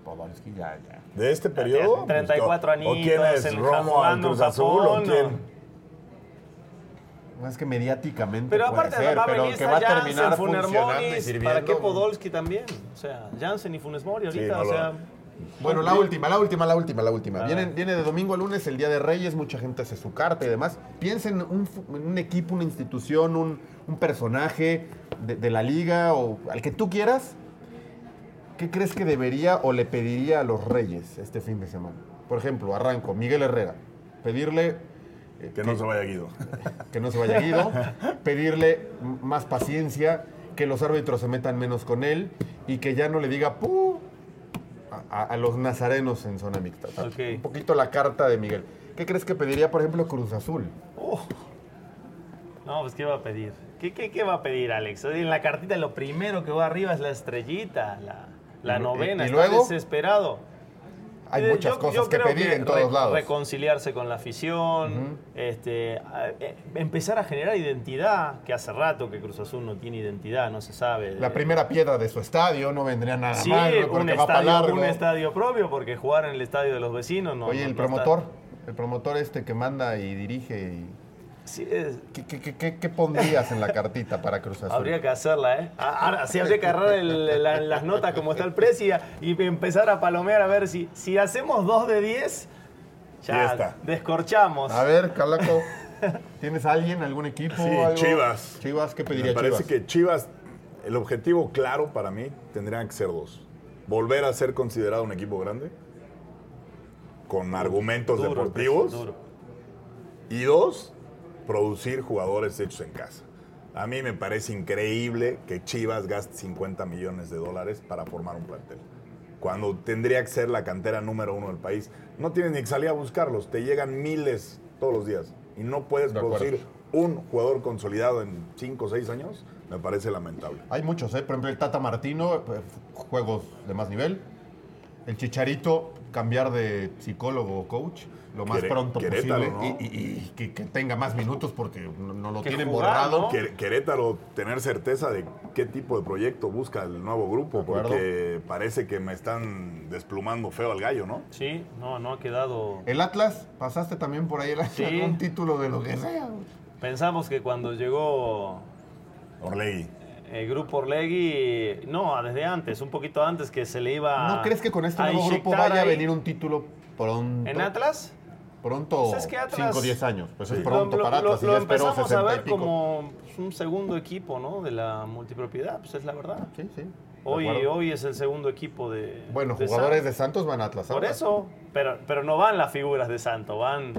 C: Podolski ya, ya.
E: De este periodo. pues,
D: 34
E: ¿o
D: anitos
E: quién es?
D: en
E: ¿Romo al
D: jugando en
E: Cruz Azul o
D: Japón,
E: quién?
C: No, Es que mediáticamente
D: Pero
C: puede
D: aparte
C: ser,
D: va a
C: pero
D: venir
C: que va a
D: Jansen,
C: terminar
D: Funes
C: funcionando y
D: Mori,
C: sirviendo.
D: ¿para qué Podolski también? O sea, Jansen y Funes Mori ahorita,
E: Sí, no
D: o
E: lo-
D: sea...
C: Bueno, la última, la última, la última, la última.
D: A
C: Viene,
D: ver.
C: viene de domingo a lunes, el Día de Reyes, mucha gente hace su carta y demás. Piensa en un, fu- en un equipo, una institución, un, un personaje de, de la liga o al que tú quieras. ¿Qué crees que debería o le pediría a los Reyes este fin de semana? Por ejemplo, arranco, Miguel Herrera. Pedirle eh,
E: Que no se vaya Guido.
C: que no se vaya
D: [LAUGHS]
C: Guido, pedirle m- más paciencia, que los árbitros se metan menos con él y que ya no le diga ¡pú! a, a- a los nazarenos en zona mixta. O sea,
D: Ok.
C: Un poquito la carta de Miguel. ¿Qué crees que pediría, por ejemplo, Cruz Azul?
D: Uh. No, pues ¿qué va a pedir? ¿Qué, qué, qué va a pedir, Alex? En la cartita lo primero que va arriba es la estrellita, la, la
C: Y- y-
D: novena.
C: y
D: está
C: luego-
D: desesperado.
C: Hay
D: Eh,
C: muchas
D: yo-
C: cosas
D: yo
C: que
D: creo
C: pedir en
D: re-
C: todos lados.
D: Reconciliarse con la afición, este, a- eh, empezar a generar identidad, que hace rato que Cruz Azul no tiene identidad, no se sabe.
C: La
D: Eh,
C: primera piedra de su estadio, no vendría nada
D: Sí,
C: mal, ¿no?
D: un
C: porque va para
D: estadio,
C: largo.
D: un estadio propio, porque jugar en el estadio de los vecinos no.
C: Oye,
D: no-
C: el
D: no está-
C: promotor, el promotor este que manda y dirige. y-
D: Sí, es-
C: ¿Qué, qué- qué- qué- qué pondrías en la cartita para Cruz Azul?
D: Habría que hacerla, ¿eh? Ah, Ahora sí habría que agarrar el- la- las notas como está el precio y, y empezar a palomear a ver si, si hacemos 2 de 10,
E: Ya
D: ya,
E: está.
D: descorchamos.
C: A ver, Calaco, ¿tienes alguien, algún equipo?
E: Sí,
C: algo?
E: Chivas.
C: Chivas, ¿qué
E: Me
C: pediría
E: parece
C: Chivas?
E: que Chivas, el objetivo claro para mí tendrían que ser dos. Volver a ser considerado un equipo grande, con argumentos
D: Duro,
E: deportivos.
D: duro.
E: Y dos, producir jugadores hechos en casa. A mí me parece increíble que Chivas gaste 50 millones de dólares para formar un plantel. Cuando tendría que ser la cantera número uno del país. No tienes ni que salir a buscarlos. Te llegan miles todos los días. Y no puedes
C: De acuerdo.
E: producir un jugador consolidado en 5 o 6 años. Me parece lamentable.
C: Hay muchos, ¿eh? Por ejemplo, el Tata Martino, eh, juegos de más nivel. El Chicharito, cambiar de psicólogo o coach lo más
E: Quere-
C: pronto
E: Querétaro,
C: posible.
E: ¿no?
C: Y, y- y que, que tenga más minutos porque no, no lo
D: Que
C: tienen
D: jugar,
C: borrado.
D: ¿no?
E: Quer- Querétaro, tener certeza de qué tipo de proyecto busca el nuevo grupo.
C: acuerdo.
E: Porque parece que me están desplumando feo al gallo, ¿no?
D: Sí, no, no ha quedado.
C: El Atlas, pasaste también por ahí el Atlas,
D: Sí.
C: un título de lo que sea.
D: Pensamos que cuando llegó
E: Orlegui.
D: el grupo Orlegui, no, desde antes, un poquito antes que se le iba.
C: ¿No crees que con este
D: a
C: nuevo grupo
D: inyectar
C: vaya a
D: Ah, ahí
C: venir un título pronto?
D: En Atlas?
C: Pronto,
D: Pues es que Atlas-
C: 5 o 10 años. Pues es
E: Sí.
C: pronto
D: lo,
C: para
D: lo-
C: Atlas. y
D: lo
C: ya esperó
D: empezamos a
C: 60 y
D: ver
C: pico.
D: como pues, un segundo equipo, ¿no? De la multipropiedad, pues es la verdad.
C: Sí, sí. de
D: Hoy,
C: acuerdo.
D: hoy es el segundo equipo de.
C: Bueno,
D: de
C: jugadores
D: Santos.
C: de Santos van a Atlas.
D: Por
C: ahora.
D: eso, pero, pero no van las figuras de Santo, van.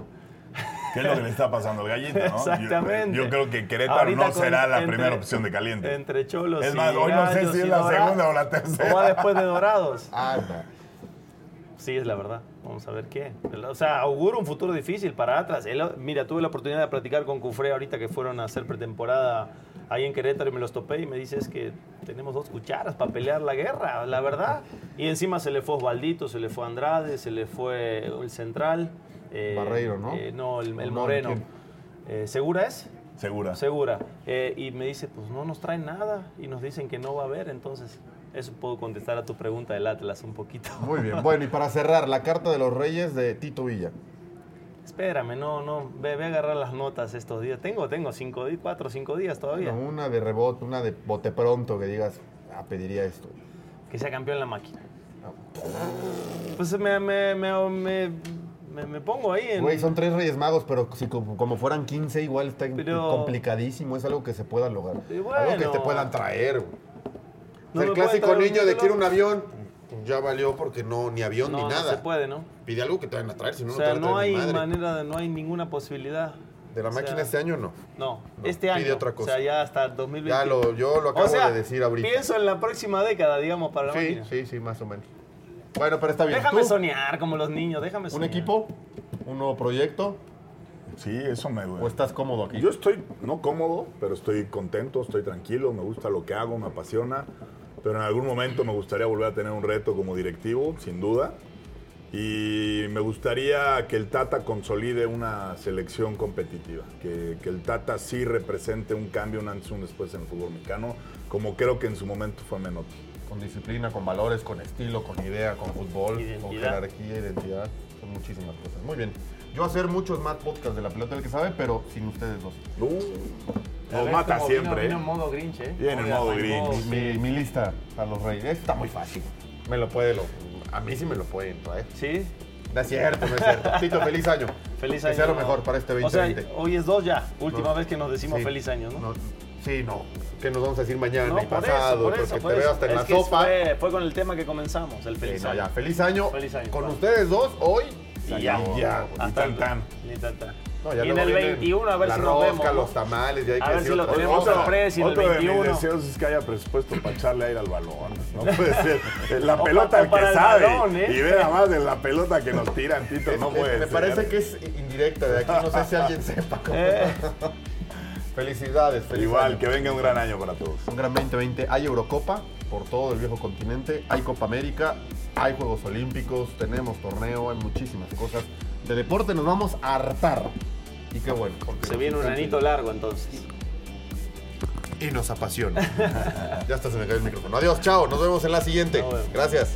D: [LAUGHS]
E: ¿Qué es lo que le está pasando al gallito, no?
D: Exactamente.
E: eh, Yo, yo creo que Querétaro
D: Ahorita
E: no
D: con-
E: será la
D: entre-
E: primera opción de caliente.
D: Entre Cholos.
E: Es
D: y
E: más, hoy no sé
D: Gallos
E: si es
D: y
E: la
D: Dorados.
E: segunda o la tercera.
D: O va después de
E: [LAUGHS]
D: Dorados.
C: Anda.
D: Sí, es la verdad. Vamos a ver qué. O sea, auguro un futuro difícil para Atlas. El- mira, tuve la oportunidad de platicar con Cufré ahorita que fueron a hacer pretemporada ahí en Querétaro y me los topé y me dice es que tenemos dos cucharas para pelear la guerra, la verdad. Y encima se le fue Osvaldito, se le fue Andrade, se le fue el Central. eh,
C: Barreiro, ¿no?
D: eh, no, el, el
C: No,
D: Moreno.
C: ¿quién?
D: Eh, ¿Segura es?
E: Segura.
D: Segura. Eh, y me dice, pues no nos traen nada y nos dicen que no va a haber. Entonces, eso puedo contestar a tu pregunta del Atlas un poquito.
C: Muy bien. Bueno, y para cerrar, la carta de los Reyes de Tito Villa.
D: Espérame, no, no, ve, ve a agarrar las notas estos días. Tengo, tengo cinco, di- cuatro, cinco días todavía.
C: Bueno, una de rebote, una de bote pronto que digas, ah, pediría esto.
D: Que sea campeón la máquina. Pues me, me, me, me, me- me pongo ahí en...
C: Güey, son tres Reyes Magos, pero si como, como fueran 15, igual está
D: Pero-
C: complicadísimo. Es algo que se pueda lograr.
D: Y bueno.
C: Algo que te puedan traer. güey. O
D: No
C: sea, el
D: me pueden
C: clásico
D: traer un
C: niño de
D: ídolo.
C: quiero un avión, ya valió porque no, ni avión
D: no,
C: ni
D: no
C: nada.
D: se puede, ¿no?
C: Pide algo que te vayan a traer, si no,
D: o
C: no
D: sea,
C: te van a
D: no
C: traer
D: hay
C: ni madre.
D: manera de, no hay ninguna posibilidad.
C: De la
D: O sea,
C: máquina este año no. No,
D: No, este
C: pide
D: año.
C: otra cosa.
D: O sea, ya hasta el 2021.
C: Ya lo, yo lo acabo
D: o sea,
C: de decir ahorita.
D: pienso en la próxima década, digamos, para la
C: Sí,
D: máquina.
C: sí, sí, más o menos. Bueno, pero está bien.
D: Déjame
C: ¿Tú?
D: soñar como los niños, déjame
C: ¿Un
D: soñar.
C: equipo? ¿Un nuevo proyecto?
E: Sí, eso me
C: ¿O estás cómodo aquí?
E: Yo estoy, no cómodo, pero estoy contento, estoy tranquilo, me gusta lo que hago, me apasiona. Pero en algún momento me gustaría volver a tener un reto como directivo, sin duda. Y me gustaría que el Tata consolide una selección competitiva, que, que el Tata sí represente un cambio, un antes y un después en el fútbol mexicano, como creo que en su momento fue Menotti.
C: Con disciplina, con valores, con estilo, con idea, con fútbol, con jerarquía, identidad, con muchísimas cosas. Muy bien. Yo hacer muchos más podcasts de la pelota del que sabe, pero sin ustedes dos.
E: Nos mata siempre,
D: Viene en
E: ¿eh?
D: modo Grinch, ¿eh?
E: Viene en
D: Oiga,
E: modo
D: my
E: Grinch.
D: God,
C: Mi, mi lista para los reyes está muy fácil. Me lo puede, lo- a mí sí me lo pueden traer.
D: Sí.
C: No es cierto, no es cierto. Tito, feliz año.
D: Feliz
C: Que
D: año.
C: sea lo mejor para este
D: O sea,
C: 2020.
D: hoy es dos ya. Última
C: No.
D: vez que nos decimos
C: Sí.
D: feliz año, ¿no?
C: No, sí, no. Que nos vamos a decir mañana
D: No,
C: y pasado,
D: por eso,
C: porque
D: por
C: te veo
D: eso.
C: hasta en
D: Es
C: la
D: que
C: sopa.
D: Fue, fue con el tema que comenzamos, el feliz
C: Sí, no,
D: año.
C: ya. Feliz año.
D: Feliz año.
C: Con
D: Vamos.
C: ustedes dos hoy y ya.
E: acabó.
C: ya.
D: Hasta
E: tan,
D: el-
E: tan.
D: ni tan, tan.
C: No, ya
D: y en
C: luego
D: el
C: vienen
D: 21 a ver
C: la
D: si nos vemos.
C: rosca,
D: ¿no?
C: los tamales, ya hay
D: A
C: que
D: ver
C: decir
D: si lo
C: otra
D: tenemos
C: cosa.
D: sorpresa y el
E: Otro de mis
D: 21.
E: deseos es que haya presupuesto para echarle aire al balón. No [LAUGHS] puede ser.
D: O
E: La
D: pa-
E: pelota
D: o
E: al
D: para
E: que
D: el
E: sabe.
D: balón, ¿eh?
E: Y ve nada más de la pelota que nos tiran, Tito.
C: Es-
E: No
C: es-
E: puede
C: me
E: ser.
C: parece que es indirecta de aquí. No sé si alguien sepa. cómo.
D: [LAUGHS] Eh.
C: Felicidades, feliz
E: Igual,
C: año.
E: que venga un gran año para todos.
C: Un gran 2020. Hay Eurocopa por todo el viejo continente, hay Copa América, hay Juegos Olímpicos, tenemos torneo, hay muchísimas cosas. De deporte nos vamos a hartar. Y qué bueno. porque
D: Se
C: nos
D: viene un
C: encanta
D: anito largo entonces.
C: Y nos apasiona. [LAUGHS] ya hasta se me cayó el micrófono. Adiós, chao. Nos vemos en la siguiente.
D: Nos vemos.
C: Gracias.